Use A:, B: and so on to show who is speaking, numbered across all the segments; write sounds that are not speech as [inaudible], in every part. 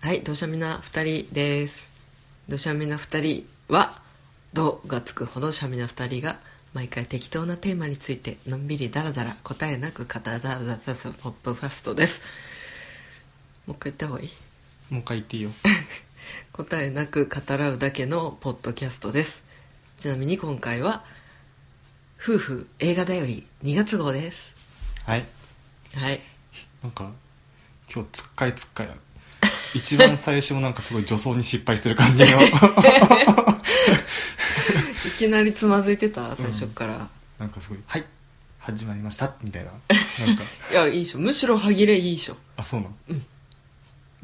A: はい、土砂みな二人です。土砂みな二人は、どがつくほどシャミな二人が、毎回適当なテーマについて、のんびりだらだら答えなく語らざざざポップファストです。もう一回言った方がいい
B: もう一回言っていいよ
A: 答えなく語らうだけのポッドキャストですちなみに今回は夫婦映画だより2月号です
B: はい
A: はい
B: なんか今日つっかえつっかえある一番最初もなんかすごい女装に失敗する感じの
A: いきなりつまずいてた最初から、
B: なんかすごい「はい始まりました」みたいななんか
A: いやいいでしょむしろ歯切れいいでしょ
B: あそうなの、
A: うん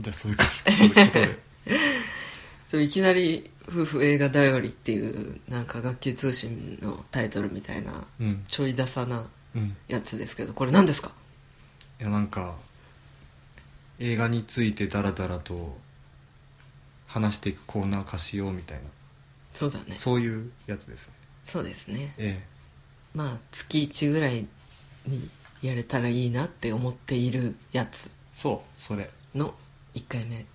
B: じゃあそういうことでことで
A: ちょいきなり夫婦映画だよりっていうなんか学級通信のタイトルみたいな
B: うん
A: ちょいダサな
B: うん
A: やつですけどこれ何ですか
B: いやなんか映画についてダラダラと話していくコーナー化しようみたいな、
A: そうだね
B: そういうやつですね
A: そうですね
B: え
A: まあ月1ぐらいにやれたらいいなって思っているやつ
B: えそうそれ
A: の1回目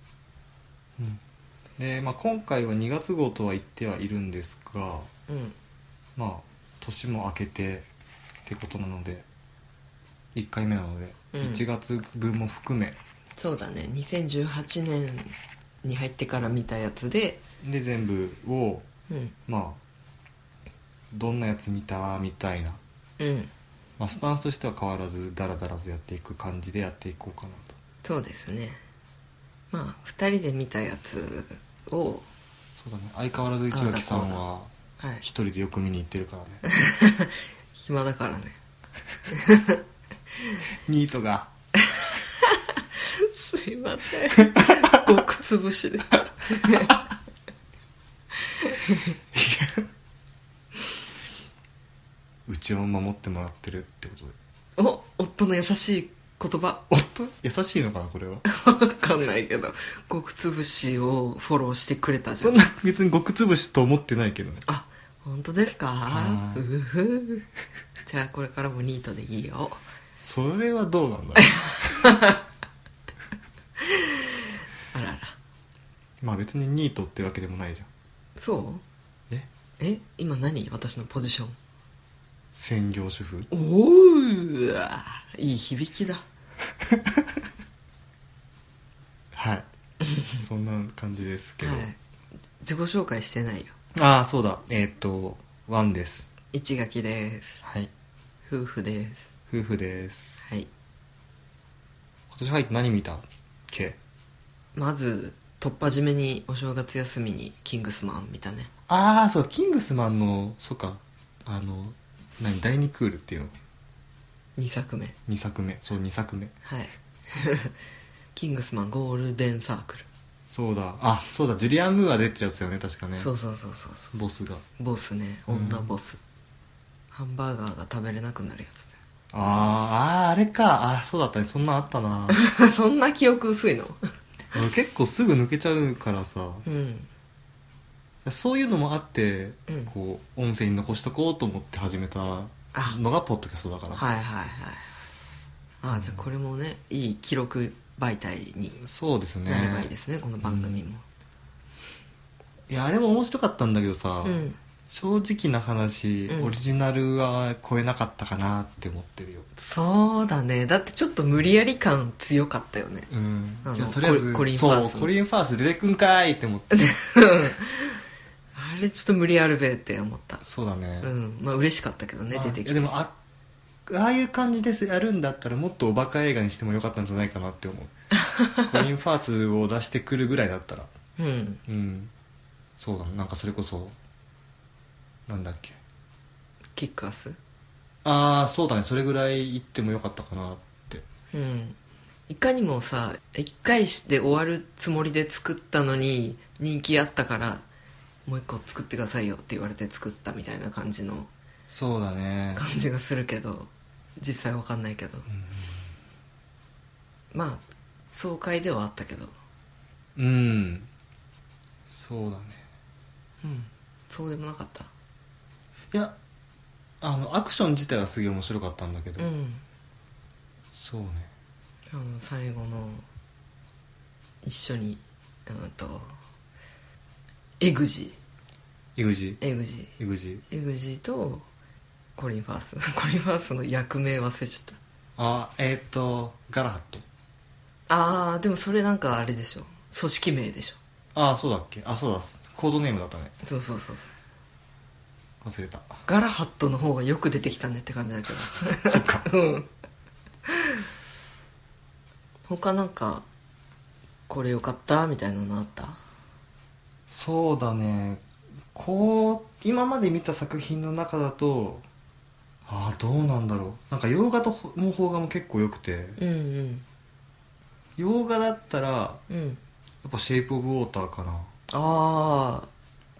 B: で、まあ、今回は2月号とは言ってはいるんですが
A: うん
B: まあ年も明けてってことなので1回目なので、
A: うん
B: 1月分も含め
A: そうだね2018年に入ってから見たやつで
B: で全部を
A: うん
B: まあどんなやつ見たみたいな、
A: うん
B: まあ、スタンスとしては変わらずダラダラとやっていく感じでやっていこうかなと
A: そうですねまあ2人で見たやつを
B: そうだね相変わらず市垣さんは
A: はい
B: 一人でよく見に行ってるから
A: [laughs]
B: ね
A: 暇だからね
B: ニートが
A: [laughs] すいません極潰しで
B: うちを守ってもらってるってことで
A: お夫の優しい言葉
B: おっと優しいのかなこれは
A: わかんないけど極潰しをフォローしてくれたじゃ
B: そ
A: ん
B: んな別に極潰しと思ってないけどね
A: あ本当ですか
B: う
A: うふじゃあこれからもニートでいいよ
B: それはどうなんだろ
A: あらら
B: うまあ別にニートってわけでもないじゃん
A: そう
B: え
A: え今何私のポジション
B: 専業主婦
A: おおいい響きだ
B: はい [laughs] そんな感じですけど、
A: はい自己紹介してないよ
B: ああそうだえーっとワンです
A: 一垣です
B: はい
A: 夫婦です
B: 夫婦です
A: はい
B: 今年入って何見たっけ
A: まず突破締めにお正月休みにキングスマン見たね
B: ああそうキングスマンのそっかあの何第2クールっていうの
A: 2作目
B: 2作目そう2作目
A: はい [laughs] キングスマンゴールデンサークル、
B: そうだあそうだジュリアン・ムーア出てるやつだよね確かね
A: そうそうそうそうそ
B: ボスが
A: うボスね女ボス、ハンバーガーが食べれなくなるやつ
B: あーあーあれかあーそうだったねそんなんあった [laughs] な
A: だよ [laughs] そんな記憶薄い
B: [laughs]
A: の
B: 俺結構すぐ抜けちゃうからさ
A: うん
B: そういうのもあって、
A: うん
B: こう音声に残しとこうと思って始めた
A: あ
B: のがポッドキャストだから、
A: はいはいはいああじゃあこれもねいい記録媒体に
B: そうですね
A: なればいいですねこの番組も
B: いやあれも面白かったんだけどさ、
A: うん
B: 正直な話、
A: うん
B: オリジナルは超えなかったかなって思ってるよ
A: そうだねだってちょっと無理やり感強かったよね
B: うん
A: あの
B: じゃあとりあえず
A: コリコリンファース
B: そうコリン・ファース出てくんかいって思って
A: [laughs] あれちょっと無理あるべって思った
B: そうだね、
A: うんまあ嬉しかったけどね
B: あ
A: 出てき
B: いやで
A: て
B: もあああいう感じですやるんだったらもっとおバカ映画にしてもよかったんじゃないかなって思う
A: [laughs]
B: コリン・ファースを出してくるぐらいだったら
A: うん
B: うんそうだねなんかそれこそなんだっけ
A: キックアス
B: ああそうだねそれぐらい行ってもよかったかなって
A: うんいかにもさ一回で終わるつもりで作ったのに人気あったからもう一個作ってくださいよって言われて作ったみたいな感じの
B: そうだね
A: 感じがするけど実際わかんないけどまあ爽快ではあったけど
B: うんそうだね
A: うんそうでもなかった
B: いやあのアクション自体はすげえ面白かったんだけど、
A: うん
B: そうね
A: あの最後の一緒にうんとエグジ
B: イグジ
A: エグジ
B: イグジ
A: エグジとコリン・ファース [laughs] コリン・ファースの役名忘れちゃっ
B: あえっ、とガラハット
A: たああでもそれなんかあれでしょ組織名でしょ
B: ああそうだっけあそうだコードネームだったね
A: そうそうそうそう
B: 忘れた
A: ガラハットの方がよく出てきたねって感じだけ
B: そっか
A: ど [laughs] うん他なんかこれよかったみたいなのあった
B: そうだねこう今まで見た作品の中だとああどうなんだろうなんか洋画とほもう邦画も結構良くて
A: うんうん
B: 洋画だったらや
A: うん
B: っぱ「シェイプ・オブ・ウォーター」かな
A: ああ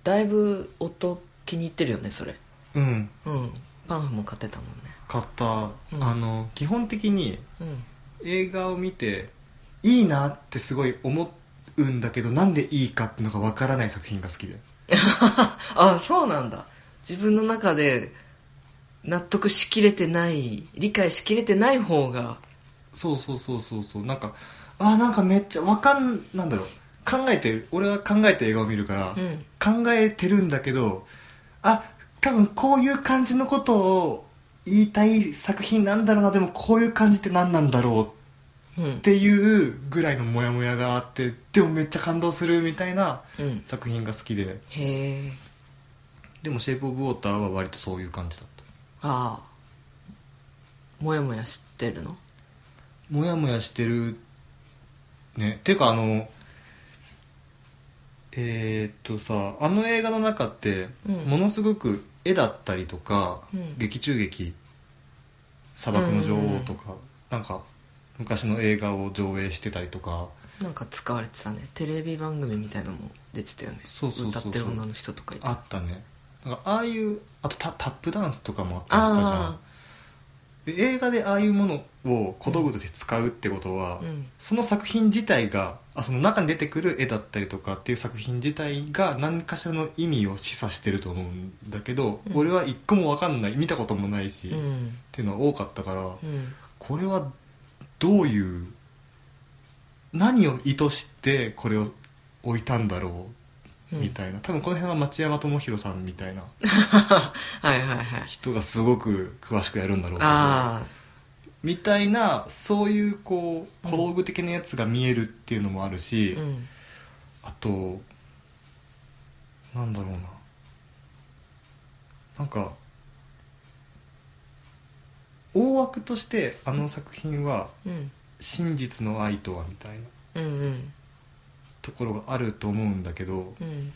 A: だいぶ音気に入ってるよねそれ
B: うん
A: うんパンフも買ってたもんね
B: 買った、
A: うん
B: あの基本的に
A: うん
B: 映画を見ていいなってすごい思うんだけどなんでいいかっていうのがわからない作品が好きで
A: あそうなんだ自分の中で納得しきれてない理解しきれてない方が
B: そうそうそうそうそうなんかあーなんかめっちゃわかんなんだろう考えて俺は考えて映画を見るから、
A: うん
B: 考えてるんだけどあ多分こういう感じのことを言いたい作品なんだろうなでもこういう感じって何なんだろうっ
A: うん
B: ていうぐらいのモヤモヤがあってでもめっちゃ感動するみたいな
A: うん
B: 作品が好きで
A: へえ
B: でも「シェイプ・オブ・ウォーター」は割とそういう感じだった
A: ああもやもや知ってるの
B: モヤモヤしてるねていうかあのえーっとさあの映画の中って、
A: うん
B: ものすごく絵だったりとか、
A: うん
B: 劇中劇「砂漠の女王」とか、なんか昔の映画を上映してたりとか
A: なんか使われてたねテレビ番組みたいのも出てたよね
B: そうそうそうそう
A: 歌ってる女の人とかいて
B: あったねなんかああいうあとタタップダンスとかもあったりしたじゃ
A: あ
B: んで映画でああいうものを小道具として使うってことは、
A: あうん
B: その作品自体があその中に出てくる絵だったりとかっていう作品自体が何かしらの意味を示唆してると思うんだけど、
A: うん
B: 俺は一個も分かんない見たこともないし、
A: う
B: っ
A: ん
B: ていうのは多かったから、
A: うん
B: これはどういう何を意図してこれを置いたんだろ
A: う
B: うんみたいな、多分この辺は町山智博さんみたいな
A: はいはいはい
B: 人がすごく [laughs] 詳しくやるんだろうけど
A: ああ
B: みたいなそういうこう小道具的なやつが見えるっていうのもあるし、
A: うん
B: あとなんだろうななんか大枠としてあの作品は
A: うん
B: 真実の愛とはみたいな
A: うんうん
B: ところがあると思うんだけど
A: うん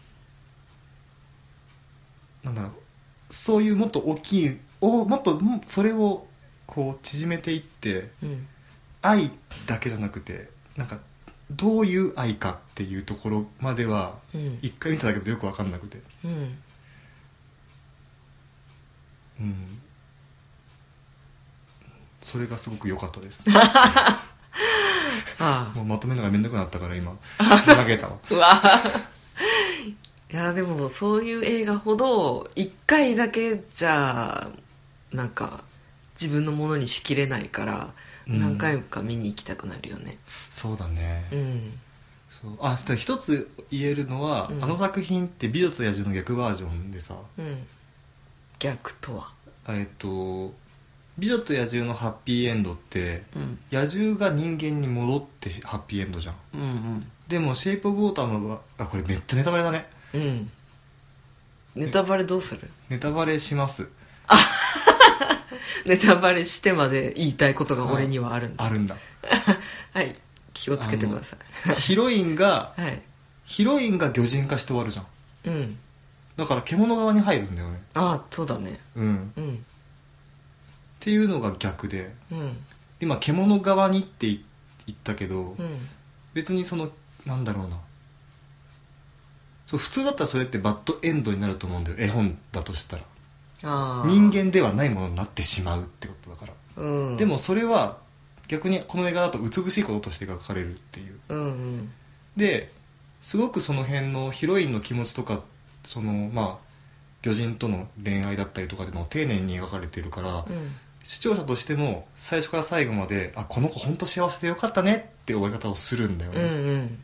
B: なんだろうそういうもっと大きいおもっともそれをこう縮めていって
A: うん
B: 愛だけじゃなくてなんかどういう愛かっていうところまでは
A: うん
B: 一回見ただけどよく分かんなくて
A: うん
B: うんそれがすごく良かったです
A: [laughs] ああ
B: もうまとめるのがめんどくなったから今投げたわ
A: うわいやでもそういう映画ほど一回だけじゃなんか自分のものにしきれないから
B: うん
A: 何回か見に行きたくなるよね
B: そうだね、
A: うん
B: そうあただ一つ言えるのは、
A: うん
B: あの作品って「美女と野獣」の逆バージョンでさ
A: うん逆とは
B: えっと「美女と野獣」のハッピーエンドって
A: うん
B: 野獣が人間に戻ってハッピーエンドじゃん
A: うん
B: でも「シェイプ・オブ・ウォーターの場合」あこれめっちゃネタバレだね
A: うんうんネタバレどうする
B: ネタバレします
A: ネタバレしてまで言いたいことが俺にはあるんだ
B: あるんだ
A: はい気をつけてくださ
B: ヒロインが
A: いはい
B: ヒロインが魚人化して終わるじゃん
A: うん
B: だから獣側に入るんだよね
A: ああそうだね
B: うん
A: うん
B: っていうのが逆で
A: うん
B: 今獣側にってい言ったけど、
A: うん
B: 別にそのなんだろうなそう普通だったらそれってバッドエンドになると思うんだよ絵本だとしたら
A: ああ
B: 人間ではないものになってしまうってことだから、
A: うん
B: でもそれは逆にこの映画だと美しいこととして描かれるっていう
A: うんうん
B: ですごくその辺のヒロインの気持ちとかそのまあ魚人との恋愛だったりとかっていうのを丁寧に描かれてるから、
A: うん
B: 視聴者としても最初から最後まであこの子本当幸せでよかったねって終わり方をするんだよ
A: う
B: ね、
A: んうん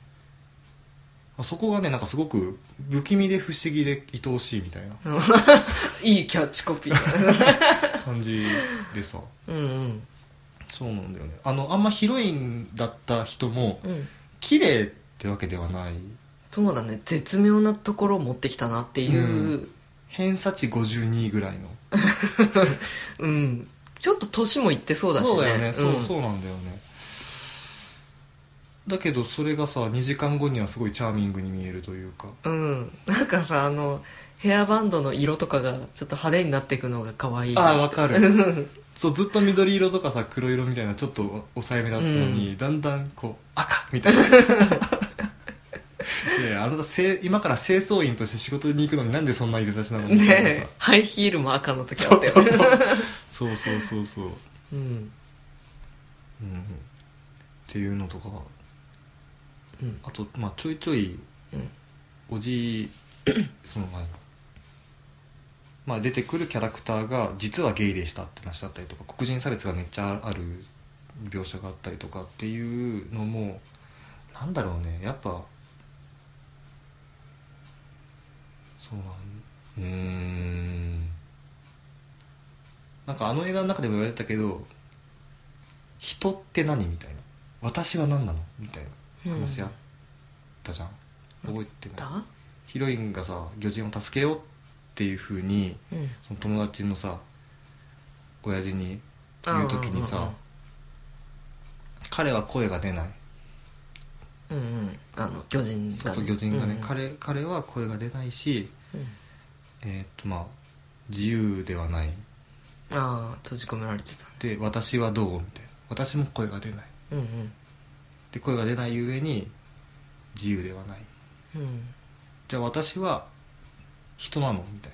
B: あそこがねなんかすごく不気味で不思議で愛おしいみたいな
A: いいキャッチコピー [laughs]
B: 感じでさ [laughs]
A: うんうん
B: そうなんだよねあのあんまヒロインだった人も
A: うん
B: 綺麗ってわけではない
A: そうだね絶妙なところを持ってきたなっていう
B: 偏差値52ぐらいの
A: うん、ちょっと年もいってそうだしね
B: そうだよね、そうそ
A: うん
B: うなんだよねだけどそれがさ2時間後にはすごいチャーミングに見えるというか
A: うん、なんかさあのヘアバンドの色とかがちょっと派手になっていくのが可愛い
B: ああわかる
A: [laughs]
B: そうずっと緑色とかさ黒色みたいなちょっと抑えめだったのに、だんだんこう赤
A: [laughs]
B: みたいないやいやあなたせ今から清掃員として仕事に行くのになんでそんないでたちなのみたいなさ
A: ねハイヒールも赤の時あ
B: そ
A: っ
B: う
A: たよ
B: そう
A: ね
B: そうそうそうそう、うん、っ
A: うん
B: ていうのとか
A: うん
B: あと、まあ、ちょいちょい
A: うん
B: おじいその前の、まあ、出てくるキャラクターが実はゲイでしたって話だったりとか黒人差別がめっちゃある描写があったりとかっていうのもなんだろうねやっぱそうなんうーんなんかあの映画の中でも言われてたけど「人って何?」みたいな「私は何なの?」みたいな話あったじゃん、覚えてない
A: だ
B: ヒロインがさ魚人を助けようっていうふうに
A: うん
B: その友達のさ親父に言う時に
A: うんうん
B: さ
A: うん
B: 彼は声が出ない
A: うんうんあの魚人がね
B: そうそう魚人がね、
A: うんうん
B: 彼彼は声が出ないし
A: うん
B: えーっとまあ自由ではない
A: ああ閉じ込められてた
B: で私はどうみたいな私も声が出ない
A: うんうん
B: で声が出ないゆえに自由ではない
A: うん
B: じゃあ私は人なのみたい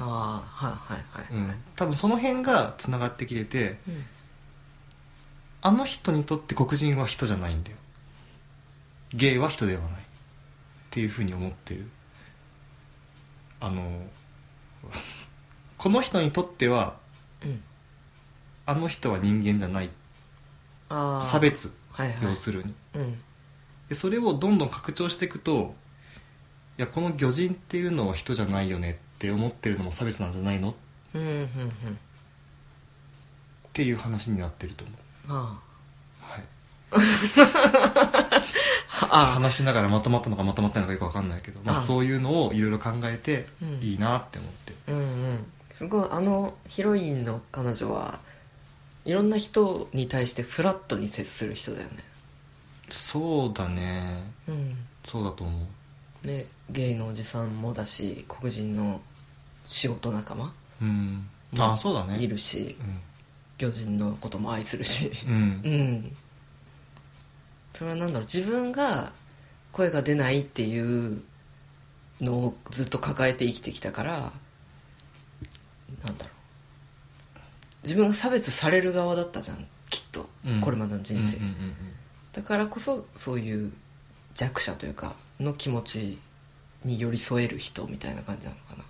A: ああはいはいはい
B: な、うん、多分その辺がつながってきてて
A: うん
B: あの人にとって黒人は人じゃないんだよゲイは人ではないっていうふうに思ってるあのこの人にとっては
A: うん
B: あの人は人間じゃない
A: ああ
B: 差別
A: はいはい
B: 要するに
A: うん
B: でそれをどんどん拡張していくといやこの魚人っていうのは人じゃないよねって思ってるのも差別なんじゃないのっ
A: うんうんうん
B: ていう話になってると思う、
A: あ
B: はい、
A: あああ
B: 話しながらまとまったのかまとまってないのかよくわかんないけど、まあ、
A: あ
B: そういうのをいろいろ考えて
A: うん
B: いいなって思って、
A: うんうんすごいあのヒロインの彼女はいろんな人に対してフラットに接する人だよね
B: そうだね
A: うん
B: そうだと思う
A: ねゲイのおじさんもだし黒人の仕事仲間
B: うん、
A: うん
B: あそうだね
A: いるし
B: う
A: 魚人のことも愛するし
B: ん、うん
A: うんそれは何だろう自分が声が出ないっていうのをずっと抱えて生きてきたからなんだろう自分が差別される側だったじゃんきっと、
B: うん
A: これまでの人生、
B: うんうん
A: だからこそそういう弱者というかの気持ちに寄り添える人みたいな感じなのかな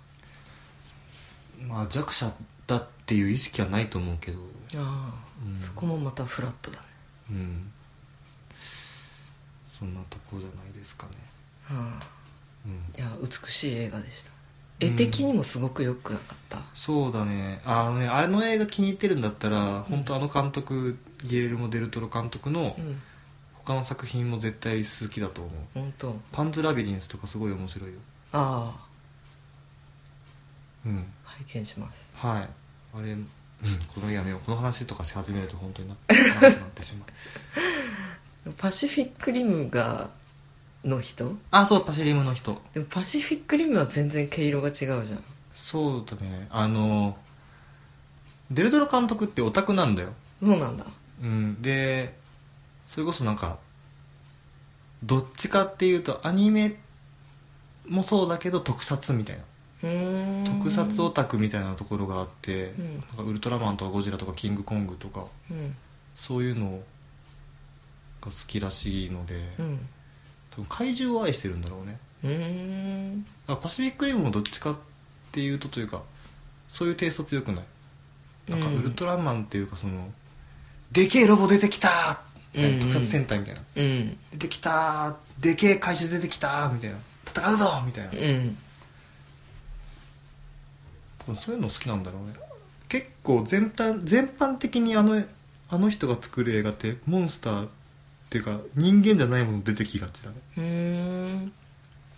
B: うんうんまあ弱者だっていう意識はないと思うけど
A: あ
B: うん
A: そこもまたフラットだね、
B: うんそんなとこじゃないですかね、
A: はあ
B: うん、
A: いや美しい映画でした絵的にもすごく良くなかった、
B: そうだねあのねあの映画気に入ってるんだったら本当あの監督、ゲレルモ・デルトロ監督の
A: うん
B: 他の作品も絶対好きだと思う
A: 本当
B: パンズ・ラビリンスとかすごい面白いよ
A: あ
B: うん
A: あ拝見します
B: はいあれ、うん、このやめようこの話とかし始めると本当にな
A: [laughs]
B: 長くなってしまう
A: パシフィックリムがの人
B: あそうパシリムの人
A: でもパシフィックリムは全然毛色が違うじゃん
B: そうだねあのデルドロ監督ってオタクなんだよ、
A: そうなんだ
B: うん、でそれこそなんかどっちかっていうとアニメもそうだけど特撮みたいな
A: うーん
B: 特撮オタクみたいなところがあって、
A: うん
B: なんかウルトラマンとかゴジラとかキングコングとか
A: うん
B: そういうのが好きらしいので、
A: うん
B: 多分怪獣を愛してるんだろうね
A: うーん
B: だからパシフィックリムもどっちかっていうとというかそういうテイスト強くないなんか
A: うん
B: ウルトラマンっていうかその、でけえロボ出てきたみたい
A: うん
B: な特撮戦隊みたいな
A: うん
B: 出てきたーでけえ怪獣出てきたーみたいな戦うぞーみたいな
A: うん
B: 多分そういうの好きなんだろうね結構全体全般的にあのあの人が作る映画ってモンスターっていうか人間じゃないもの出てきがちだね
A: うーん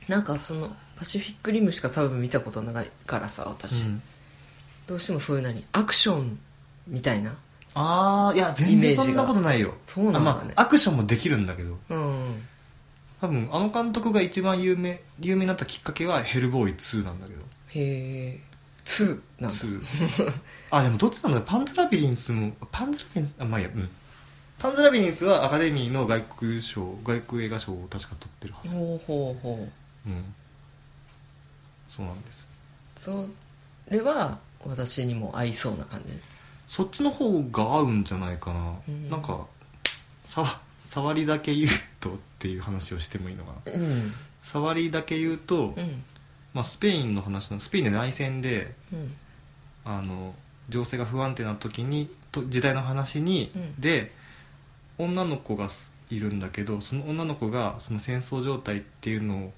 A: なんかそのパシフィックリムしか多分見たことないからさ私、
B: うん
A: どうしてもそういう何アクションみたいな
B: ああいや
A: イ
B: 全
A: メー
B: 然
A: ジが
B: そんなことないよ
A: そうなんだね
B: あまあ、アクションもできるんだけど
A: うん
B: 多分あの監督が一番有名有名になったきっかけは「ヘルボーイ2」なんだけど
A: へえ2なんだ
B: 2あでもどっちなんだろうパンズラビリンスもパンズラビリンスあまあいいやうんパンズラビリンスはアカデミーの外国賞外国映画賞を確か取ってるはず
A: ほうほうほう
B: うんそうなんです
A: それは私にも合いそうな感じ
B: そっちの方が合うんじゃないかな、
A: うん
B: なんかさ触りだけ言うとっていう話をしてもいいのかな
A: うん
B: 触りだけ言うと、
A: うん
B: まあ、スペインの話のスペインで内戦で
A: うん
B: あの情勢が不安定な時にと時代の話に、
A: うん
B: で女の子がすいるんだけどその女の子がその戦争状態っていうの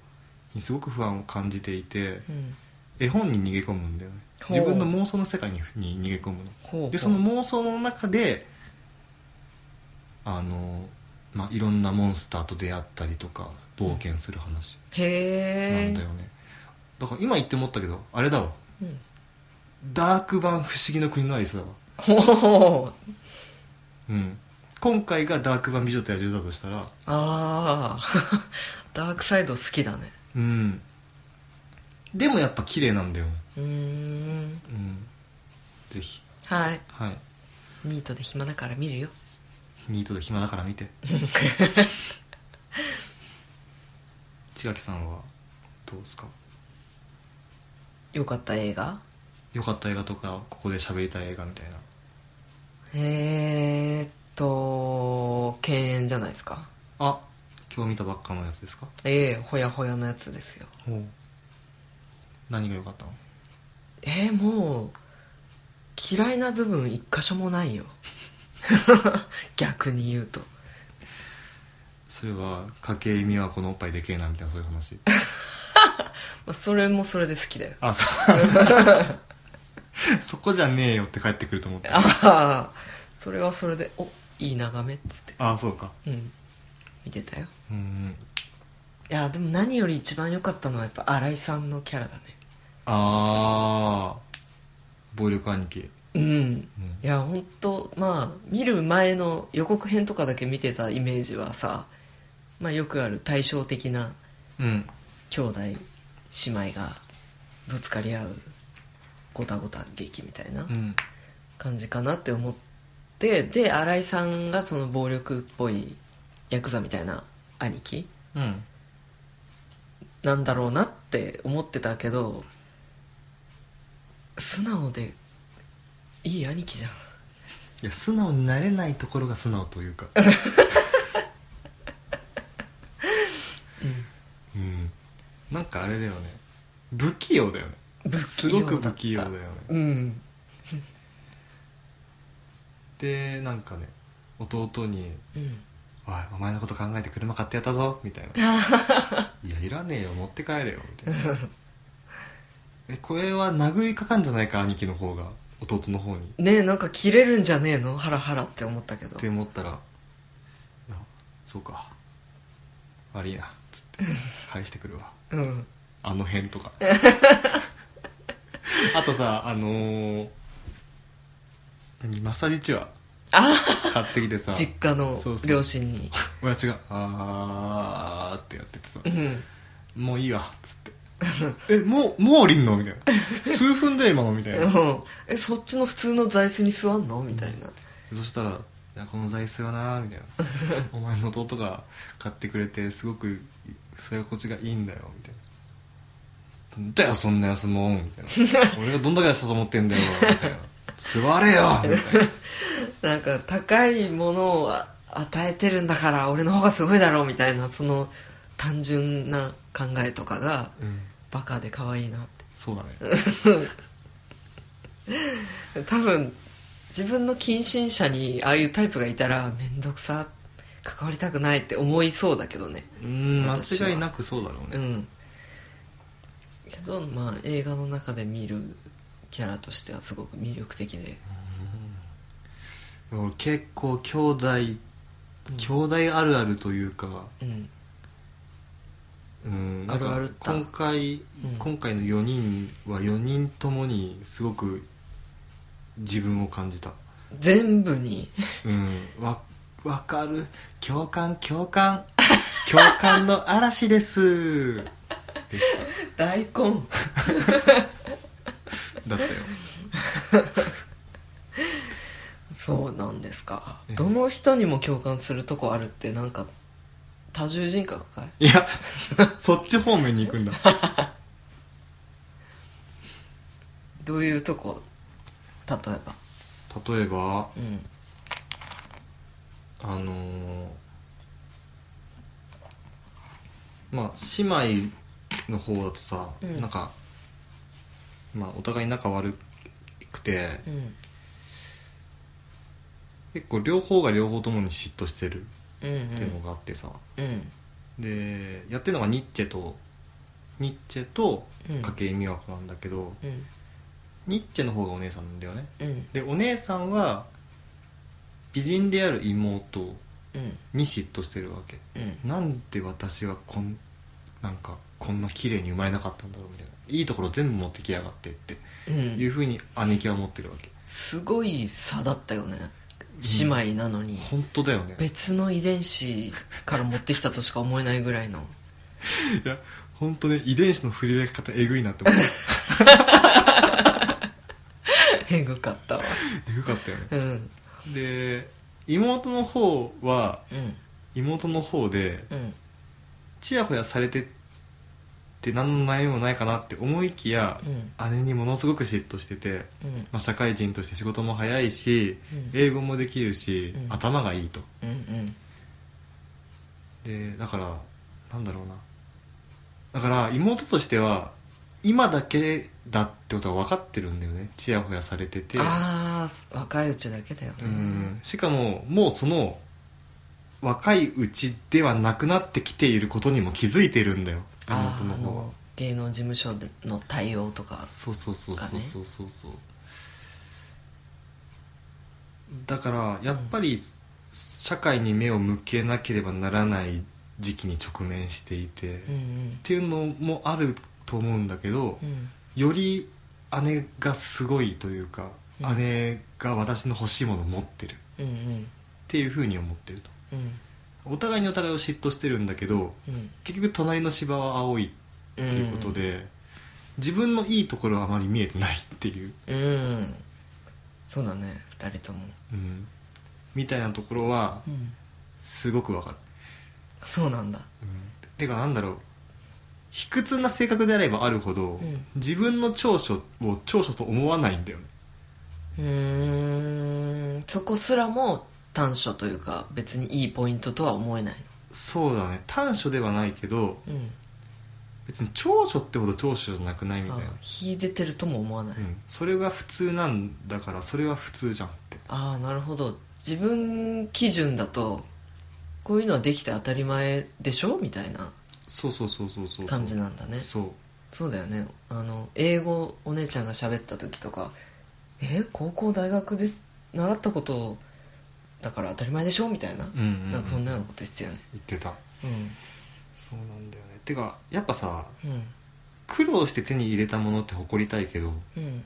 B: にすごく不安を感じていて
A: うん
B: 絵本に逃げ込むんだよね
A: ほう
B: 自分の妄想の世界にに逃げ込むの
A: ほうほう
B: でその妄想の中であの、まあ、いろんなモンスターと出会ったりとか冒険する話な
A: へえ
B: んだよね、だから今言って思ったけどあれだわ
A: うん
B: ダーク版不思議の国のアリスだわ
A: ほうほう
B: うん今回がダーク版美女と野獣だとしたら
A: ああダーク [laughs] サイド好きだね
B: うんでもやっぱ綺麗なんだよね
A: うーん
B: うんぜひ
A: はい
B: はい
A: ニートで暇だから見るよ
B: ニートで暇だから見て千秋さんはどうですか
A: よかった映画
B: 良かった映画とかここで喋りたい映画みたいな
A: えー、っと犬猿じゃないですか
B: あ今日見たばっかのやつですか
A: ええほやほやのやつですよ
B: 何が良かったの
A: えー、もう嫌いな部分一箇所もないよ [laughs] 逆に言うと
B: それは筧美和子のおっぱいでけえなみたいなそういう話
A: まあそれもそれで好きだよ
B: あ [laughs] そうそこじゃねえよって帰ってくると思って
A: ああそれはそれでおいい眺めっつって
B: あそうか
A: うん見てたよ
B: うん
A: いやでも何より一番良かったのはやっぱ新井さんのキャラだね
B: ああ暴力兄貴、
A: うん
B: うん
A: いや本当まあ見る前の予告編とかだけ見てたイメージはさ、まあ、よくある対照的な
B: うん、
A: 兄弟姉妹がぶつかり合うごたごた劇みたいな
B: うん
A: 感じかなって思ってで新井さんがその暴力っぽいヤクザみたいな兄貴
B: うん
A: なんだろうなって思ってたけど素直でいい兄貴じゃん
B: いや素直になれないところが素直という [laughs] かうん、なんかあれだよね不器用だよね
A: 不器用だった
B: すごく不器用だよね
A: うん
B: でなんかね弟に
A: うん
B: 「おいお前のこと考えて車買ってやったぞ」みたいな「いやいらねえよ持って帰れよ」みたいなえこれは殴りかかんじゃないか兄貴の方が弟の方に
A: ねえなんか切れるんじゃねえのハラハラって思ったけど
B: って思ったら「いやそうか悪いな」つって「返してくるわ
A: うん
B: あの辺」とかあとさあのー、何マッサージチワ
A: あ
B: 買ってきてさ
A: 実家の
B: そうそう
A: 両親に
B: 親父が「あー」ってやっててさ
A: う
B: 「
A: ん
B: もういいわ」っつって「えもうもう降りんの?」みたいな「数分で今の」みたいな
A: うんえそっちの普通の座椅子に座んのみたいな
B: そしたら「いやこの座椅子はな」みたいな「お前の弟が買ってくれてすごく座り心地がいいんだよ」みたいな「なんだよそんな安物」みた
A: [laughs]
B: いな「俺がどんだけ出したと思ってんだよ」みたいな「座れよ」みたいな
A: なんか高いものをあ与えてるんだから俺の方がすごいだろうみたいなその単純な考えとかが
B: うん
A: バカで可愛いなって
B: そうだね
A: 多分自分の近親者にああいうタイプがいたら面倒くさ関わりたくないって思いそうだけどね
B: うん
A: 私は
B: 間違いなくそうだろう
A: う
B: ね、
A: んけどまあ映画の中で見るキャラとしてはすごく魅力的で
B: 俺結構兄弟、
A: うん
B: 兄弟あるあるというか
A: うん
B: うんなんか
A: あるあるだ
B: 今回、
A: うん
B: 今回の4人は4人ともにすごく自分を感じた
A: 全部に [laughs]
B: うんわわかる共感共
A: [laughs]
B: 感共感の嵐ですでし
A: 大根
B: ただったよ
A: そうなんですか
B: ええ
A: どの人にも共感するとこあるってなんか多重人格かい
B: いや [laughs] そっち方面に行くんだ
A: どういうとこ例えば
B: 例えば
A: うん
B: あのーまあ姉妹の方だとさ、
A: うん
B: なんか、まあ、お互い仲悪くて
A: うん
B: 結構両方が両方ともに嫉妬してる
A: うん
B: っていうのがあってさ、
A: うん
B: でやってるのがニッチェとニッチェと
A: うん
B: 筧美和子なんだけど、
A: うん
B: ニッチェの方がお姉さんなんだよね
A: うん
B: でお姉さんは美人である妹
A: うん
B: に嫉妬してるわけ
A: うん
B: なんで私はこんなんかこんな綺麗に生まれなかったんだろうみたいないいところ全部持ってきやがってって
A: うん
B: いうふうに姉貴は思ってるわけ
A: すごい差だったよね姉妹なのに、
B: 本当だよね
A: 別の遺伝子から持ってきたとしか思えないぐらいの [laughs]
B: いや本当ね遺伝子の振り分け方えぐいなって思 [laughs] う
A: えぐかったわ
B: えぐかったよね
A: うん
B: で妹の方は
A: うん
B: 妹の方で
A: うん
B: ちやほやされてって何の悩みもないかなって思いきや
A: うん
B: 姉にものすごく嫉妬してて、
A: うん
B: まあ、社会人として仕事も早いし
A: うん
B: 英語もできるし
A: うん
B: 頭がいいと
A: うんうん
B: でだからなんだろうなだから妹としては今だけだってことは分かってるんだよねちやほやされてて
A: ああ若いうちだけだよね
B: うんしかももうその若いうちではなくなってきていることにも気づいてるんだよ
A: あ
B: 妹
A: ー
B: の
A: あ
B: 方は
A: の芸能事務所での対応とか
B: そうそうそう
A: が
B: そう
A: ね
B: そうそうそうだからやっぱり社会に目を向けなければならない時期に直面していて、
A: う
B: っ
A: ん
B: ていうのもあると思うんだけど
A: う、ん
B: より姉がすごいというか、
A: うん
B: 姉が私の欲しいものを持ってるっ
A: うんうん
B: ていうふうに思ってると
A: うん
B: お互いにお互いを嫉妬してるんだけど
A: うん
B: 結局隣の芝は青い
A: て
B: っていうことで、自分のいいところはあまり見えてないっていう
A: うんそうだね二人とも
B: うん、みたいなところは
A: うん
B: すごくわかる、
A: そうなんだ
B: てかなんだろう卑屈な性格であればあるほど、
A: ん
B: 自分の長所を長所と思わないんだよね
A: うーんそこすらも短所というか別にいいポイントとは思えない
B: そうだね短所ではないけど
A: のうん
B: 別に長所ってほど長所じゃなくないみたいな、
A: あ秀でてるとも思わない、
B: うん、それが普通なんだからそれは普通じゃんって
A: ああなるほど自分基準だとこういうのはできて当たり前でしょみたいな
B: そうそうそうそうそう
A: 感じなんだね
B: そう
A: そうだよねあの英語お姉ちゃんが喋った時とか「え高校大学で習ったことだから当たり前でしょ」みたいな、
B: うんうん,、
A: なんかそんなよ
B: 言
A: うなこと言ってたよね
B: ってた
A: う
B: そうなんだよねてかやっぱさ
A: んうん
B: 苦労して手に入れたものって誇りたいけど
A: うん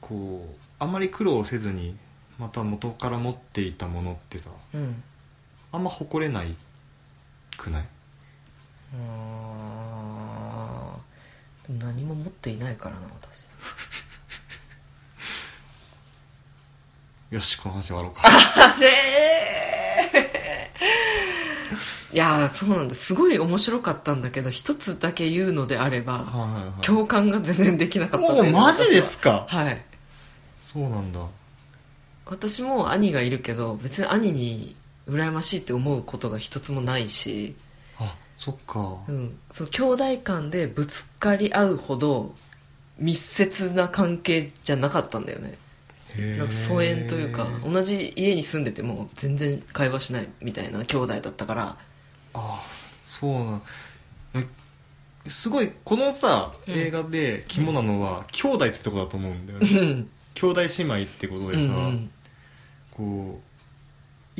B: こうあまり苦労せずにまた元から持っていたものってさ
A: うん
B: あんま誇れないくない
A: あーでも何も持っていないからな私
B: よしこの話終
A: [laughs]
B: わろうか
A: あれーいやーそうなんだすごい面白かったんだけど一つだけ言うのであれば
B: はいはいはい
A: 共感が全然できなかったと
B: お
A: い
B: お
A: う
B: マジですか
A: 私ははい
B: そうなんだ
A: 私も兄がいるけど別に兄に羨ましいって思うことが一つもないし、
B: あそっか
A: うん、そう兄弟間でぶつかり合うほど密接な関係じゃなかったんだよね
B: へー
A: なんか疎遠というか同じ家に住んでても全然会話しないみたいな兄弟だったから
B: ああそうなんえすごいこのさ
A: うん
B: 映画で肝なのは、兄弟ってとこだと思うんだよね、
A: うん
B: 兄弟姉妹ってこと
A: うんう
B: でさ、
A: ん
B: こう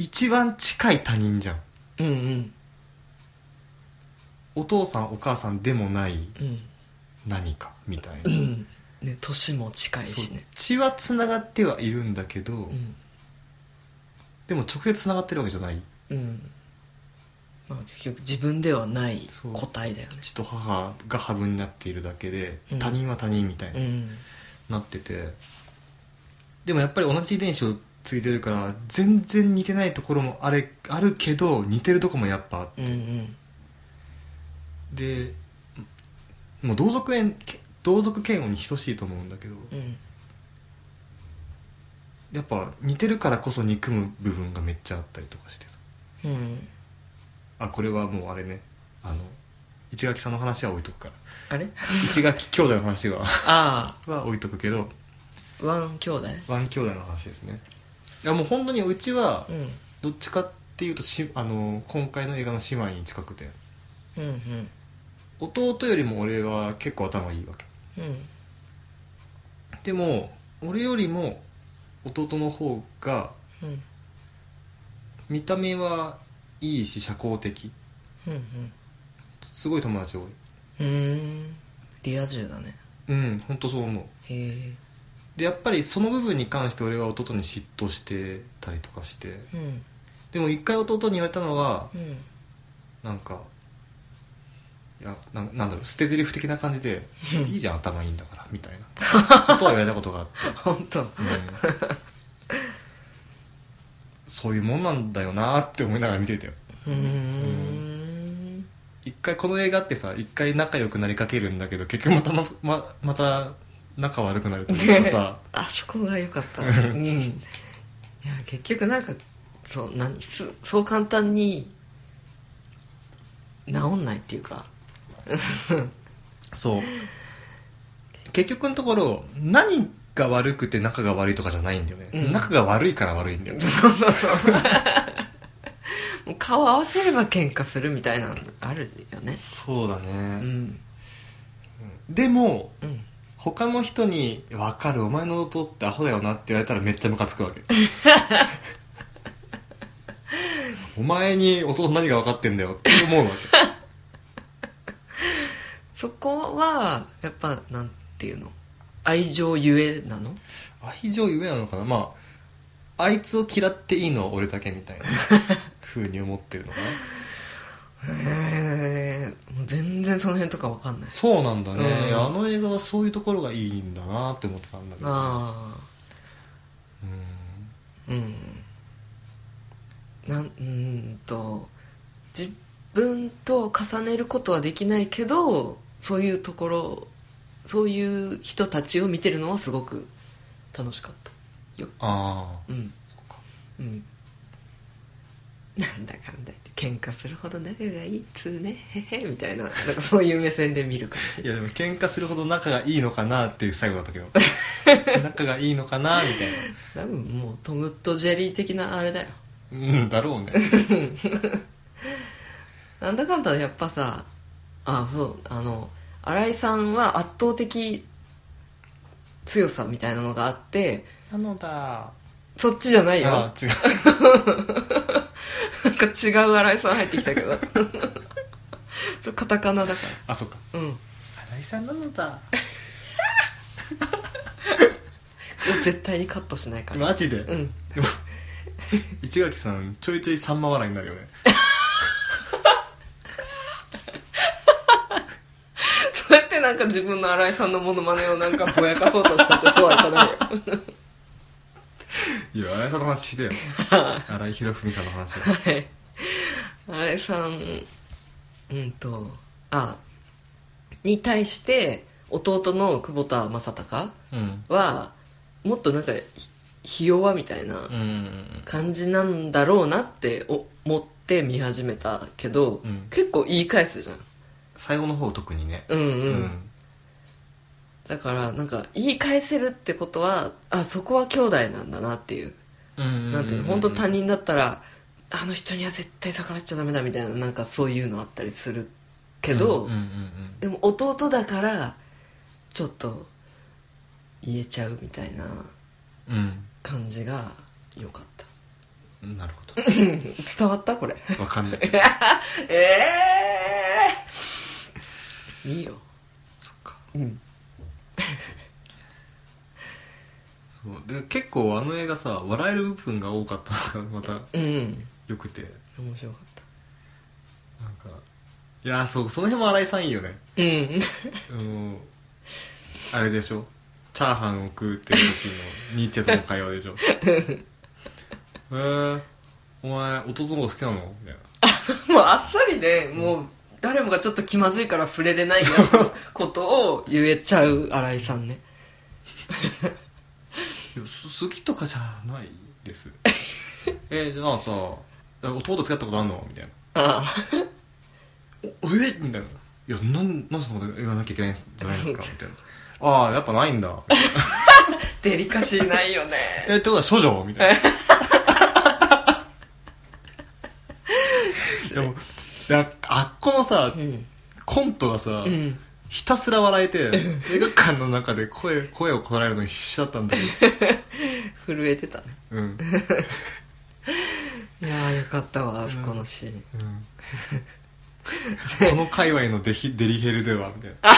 B: 一番近い他人じゃん
A: うんうん
B: お父さんお母さんでもない
A: うん
B: 何かみたいな、
A: うんね年も近い
B: そ
A: し
B: う
A: ね
B: 血はつながってはいるんだけど、
A: うん
B: でも直接つながってるわけじゃない
A: うんまあ結局自分ではない
B: そう
A: 個体だよね
B: 父と母がハブになっているだけで、
A: うん
B: 他人は他人みたいな、
A: うん
B: なっててでもやっぱり同じ遺伝子を継いでるから全然似てないところもあれあるけど似てるとこもやっぱあって
A: うんうん
B: でもう同族縁同族嫌悪に等しいと思うんだけど
A: うん
B: やっぱ似てるからこそ憎む部分がめっちゃあったりとかしてさ
A: うん
B: あこれはもうあれねあの市垣さんの話は置いとくから [laughs]
A: あ [laughs] れ
B: 市垣兄弟の話は
A: あ
B: は置いとくけど
A: あワン兄弟
B: ワン兄弟の話ですねいやもう本当にうちは
A: うん
B: どっちかっていうとしあの今回の映画の姉妹に近くて
A: うんうん
B: 弟よりも俺は結構頭いいわけ
A: うん
B: でも俺よりも弟の方が
A: うん
B: 見た目はいいし社交的
A: うん
B: すごい友達多い
A: うんうんリア充だね
B: うん本当そう思う
A: へえ
B: でやっぱりその部分に関して俺は弟に嫉妬してたりとかして
A: うん
B: でも一回弟に言われたのは
A: うん
B: なんかいやななんだろう捨て台詞的な感じで「いいじゃん頭いいんだから」みたいなことは言われたことがあって
A: 本当
B: うんそういうもんなんだよなって思いながら見てたよ
A: うーん
B: 一回この映画ってさ一回仲良くなりかけるんだけど結局またまままた仲悪くなるというかさ
A: [laughs] あそこが良かったうんいや結局なんかそう何すそう簡単に治んないっていうか
B: そう結局のところ何が悪くて仲が悪いとかじゃないんだよね、
A: うん
B: 仲が悪いから悪いんだよ
A: もう顔合わせれば喧嘩するみたいなのあるよね
B: そうだ
A: う
B: ね、
A: ん
B: でも
A: うん
B: 他の人に「分かるお前の弟ってアホだよな」って言われたらめっちゃムカつくわ [laughs] けお前に弟何が分かってんだよって思うわ
A: そこはやっぱなんていうの愛情ゆえなの
B: け愛情ゆえなのかなまああいつを嫌っていいのは俺だけみたい [laughs] な風に思ってるのかな
A: へえもう全然その辺とかわかんない
B: [laughs] そうなんだね、
A: うん
B: いやあの映画はそういうところがいいんだなって思ってたんだけど
A: ああ
B: うん
A: うんなんうーんと自分と重ねることはできないけどそういうところそういう人たちを見てるのはすごく楽しかったよ
B: ああ
A: うん
B: そっか
A: うんなんだかんだ言って喧嘩するほど仲がいいっつうねへへみたいななんかそういう目線で見るかもし
B: い
A: れ
B: や
A: ない
B: でも喧嘩するほど仲がいいのかなっていう最後だったけ [laughs] ど仲がいいのかなみたいな
A: 多分もうトムとジェリー的なあれだよ
B: うんだろうね
A: なんだかんだやっぱさあそうあの新井さんは圧倒的強さみたいなのがあって
B: なのだ
A: そっちじゃないよ
B: あ違う
A: なんか違う新井さん入ってきたけど [laughs] それカタカナだか
B: [laughs] あそっから
A: うん
B: 新井さんなのだ
A: 絶対にカットしないから
B: マジで、 [laughs]
A: うん
B: でも市垣さんちょいちょいさんま笑いになるよね
A: そうやってなんか自分の新井さんのモノマネをなんかぼやかそうとしたってそうはいかないよ
B: いや新井さんの話して [laughs] よ新井博文さんの話
A: はい新井さんうんとあに対して弟の久保田正孝
B: うん
A: はもっとなんかひひ弱みたいな
B: うんうん
A: 感じなんだろうなってお思って見始めたけど、
B: うん
A: 結構言い返すじゃん
B: 最後の方特にね
A: うんうん、だからなんか言い返せるってことはあそこは兄弟なんだなっていうなんていうの本当他人だったらあの人には絶対逆らっちゃダメだみたいななんかそういうのあったりするけど、
B: うんうんうんうん
A: でも弟だからちょっと言えちゃうみたいな感じが良かった
B: うんなるほ
A: 伝わったこれ
B: どわかん [laughs] ない
A: ええいいよ
B: そっか
A: うん
B: そうで結構あの映画さ笑える部分が多かったのがまた
A: うん
B: よくて
A: 面白かった
B: なんかいやーそうその辺も新井さんいいよね
A: うん [laughs]
B: あのあれでしょチャーハンを食うってる時 [laughs] のニーチェとの会話でしょへえー、お前弟の方が好きなのみたいな
A: もうあっさりでもう誰もがちょっと気まずいから触れれないやつのことを言えちゃう新井さんね
B: いやす好きとかじゃないです [laughs] えじゃあさ弟と付き合ったことあんのみたいな
A: あ
B: おえみたいな「いやなんなんそんなこと言わなきゃいけないんじゃないですか」みたいな「ああやっぱないんだ」
A: あ [laughs] デリカシーないよね
B: えってことは処女み
A: [laughs]
B: たいなでもだあっこのさ、
A: うん
B: コントがさ、
A: うん
B: ひたすら笑えて映画館の中で声声をこらえるのに必死だったんだけ
A: 震えてたね
B: どうん、
A: いやーよかったわあそこのシーン
B: うんこの界隈のデヒデリヘルではみたいな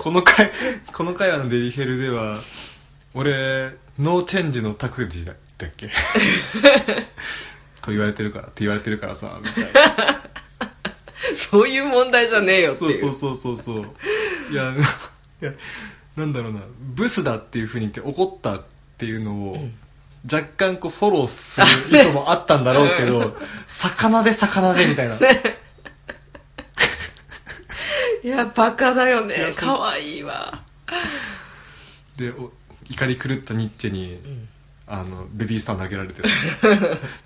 B: この界この界隈のデリヘルでは俺ノーチェンジの拓司だだっけと言われてるからって言われてるからさみたいな
A: そういう問題じゃねえよっていう
B: そうそうそうそうそういやいやなんだろうなブスだっていうふうに言って怒ったっていうのを、若干こうフォローする意図もあったんだろうけど、
A: [laughs]
B: 魚で魚でみたいな、
A: いやバカだよね
B: いやそう
A: かわいいわ
B: でお怒り狂ったニッチェに、あのベビースター投げら
A: [laughs]
B: れて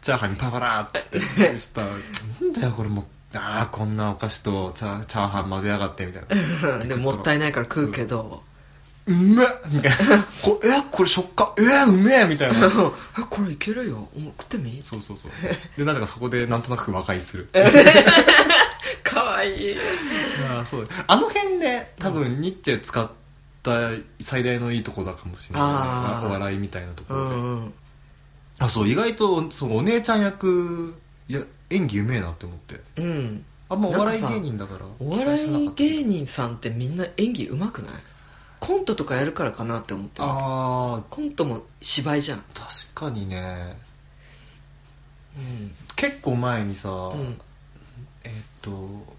B: チャーハンにパパラーっつってベビースターなんだよこれもうああこんなお菓子とチャーチャーハン混ぜやがってみたいな
A: [laughs] でももったいないから食うけど
B: うめっみた
A: [laughs]
B: いなこえこれ食感えうめえみたいな
A: えこれいけるよもう食ってもいい
B: そうそうそうでなぜかそこでなんとなく和解する
A: かわいい
B: ああそうだあの辺で多分ニッチェ使った最大のいいとこだかもしれないね、
A: あー
B: お笑いみたいなとこ
A: う
B: ろで、
A: んうん
B: あそう意外とそのお姉ちゃん役いや演技うめえなって思って
A: うん
B: あんまお笑い
A: なんかさ
B: 芸人だから
A: お
B: 期待して
A: 笑
B: なか
A: い
B: った
A: 芸人さんってみんな演技うまくないコントとかやるからかなって思ってる
B: あ
A: コントも芝居じゃん
B: あ確かにね
A: うん
B: 結構前にさ、
A: うん
B: えーっと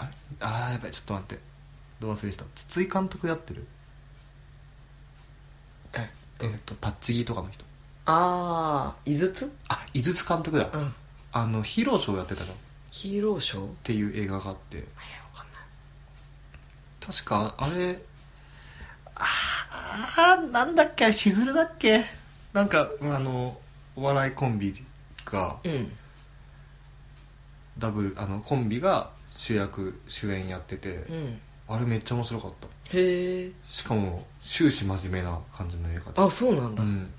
B: あれあーやばいちょっと待ってどう忘れした筒井監督やってるえーっとパッチギとかの人
A: ああ井筒
B: あ井筒監督だ、
A: うん
B: あのヒーローショーやってたのっ
A: ヒーローショーえ
B: ていう映画があって
A: わかんない
B: 確かあれあーあーなんだっけあれしずるだっけなんかあのお笑いコンビが
A: うん
B: ダブルあのコンビが主役主演やってて、
A: うん
B: あれめっちゃ面白かった
A: へえ
B: しかも終始真面目な感じの映画で
A: あそうなんだ、
B: うん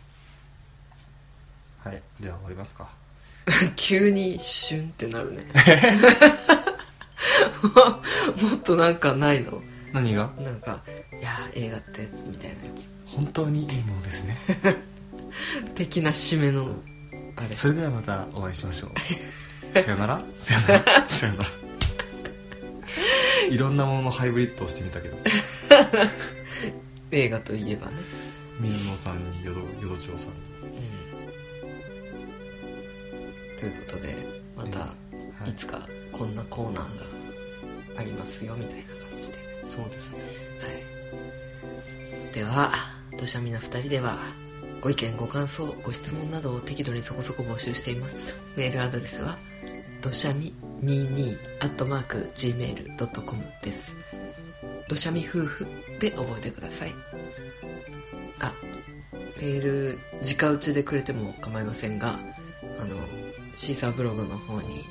B: はいじゃあ終わりますか
A: [laughs] 急にシュンってなる
B: [laughs]
A: ねもっとなんかないの
B: 何が
A: なんかいやー映画ってみたいなやつ
B: 本当にいいものですね
A: 的な締めのあれ
B: それではまたお会いしましょう [laughs] さよならさよな
A: [laughs]
B: らさよならいろんなもののハイブリッドをしてみたけど
A: 映画といえばね
B: 水野さんに淀淀町さん
A: うんということでまた
B: に、はい
A: つかこんなコーナーがありますよみたいな感じで、は
B: そうですね
A: い、では「土砂みな2人」ではご意見ご感想ご質問などを適度にそこそこ募集していますメールアドレスはどしゃみ22 gmail.com ですどしゃみ夫婦で覚えてくださいあメール直打ちでくれても構いませんがあのシーサーブログの方に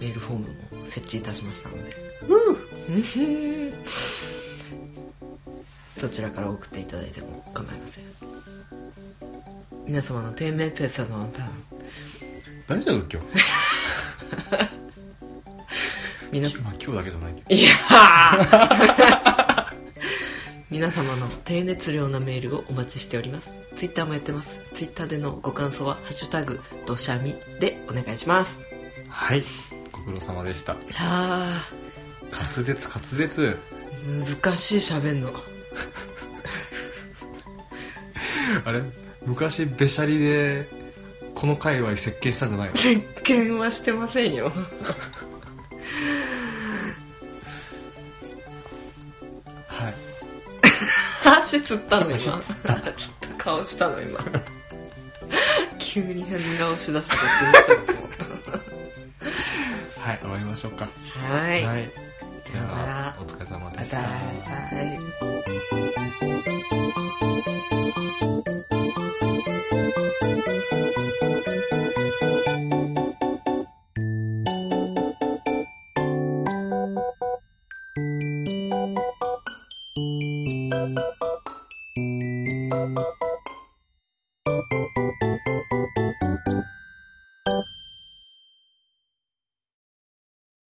A: メールフォームも設置いたしましたのでうそちらから送っていただいても構いません皆様の低迷ペースのワンパン
B: 大丈夫今日
A: 皆さ
B: まあ今日だけじゃないけど
A: いやー皆様の低熱量なメールをお待ちしておりますツイッターもやってますツイッターでのご感想は「ハッシュタグどしゃみ」でお願いします
B: はいご苦労様でした
A: あ
B: 滑舌滑舌
A: ー難しい喋んの
B: あれ昔べしゃりでこの界隈設計したんじ
A: [laughs]
B: ゃないの
A: 絶見はしてませんよ
B: はい
A: 足つったの今
B: 足
A: つった顔したの今 [laughs] 急に変顔しだしたこっちの人だと思った
B: はい終わりましょうか
A: はーい
B: はいで
A: さよな
B: は
A: ら
B: お疲れ様
A: ま
B: でした
A: さい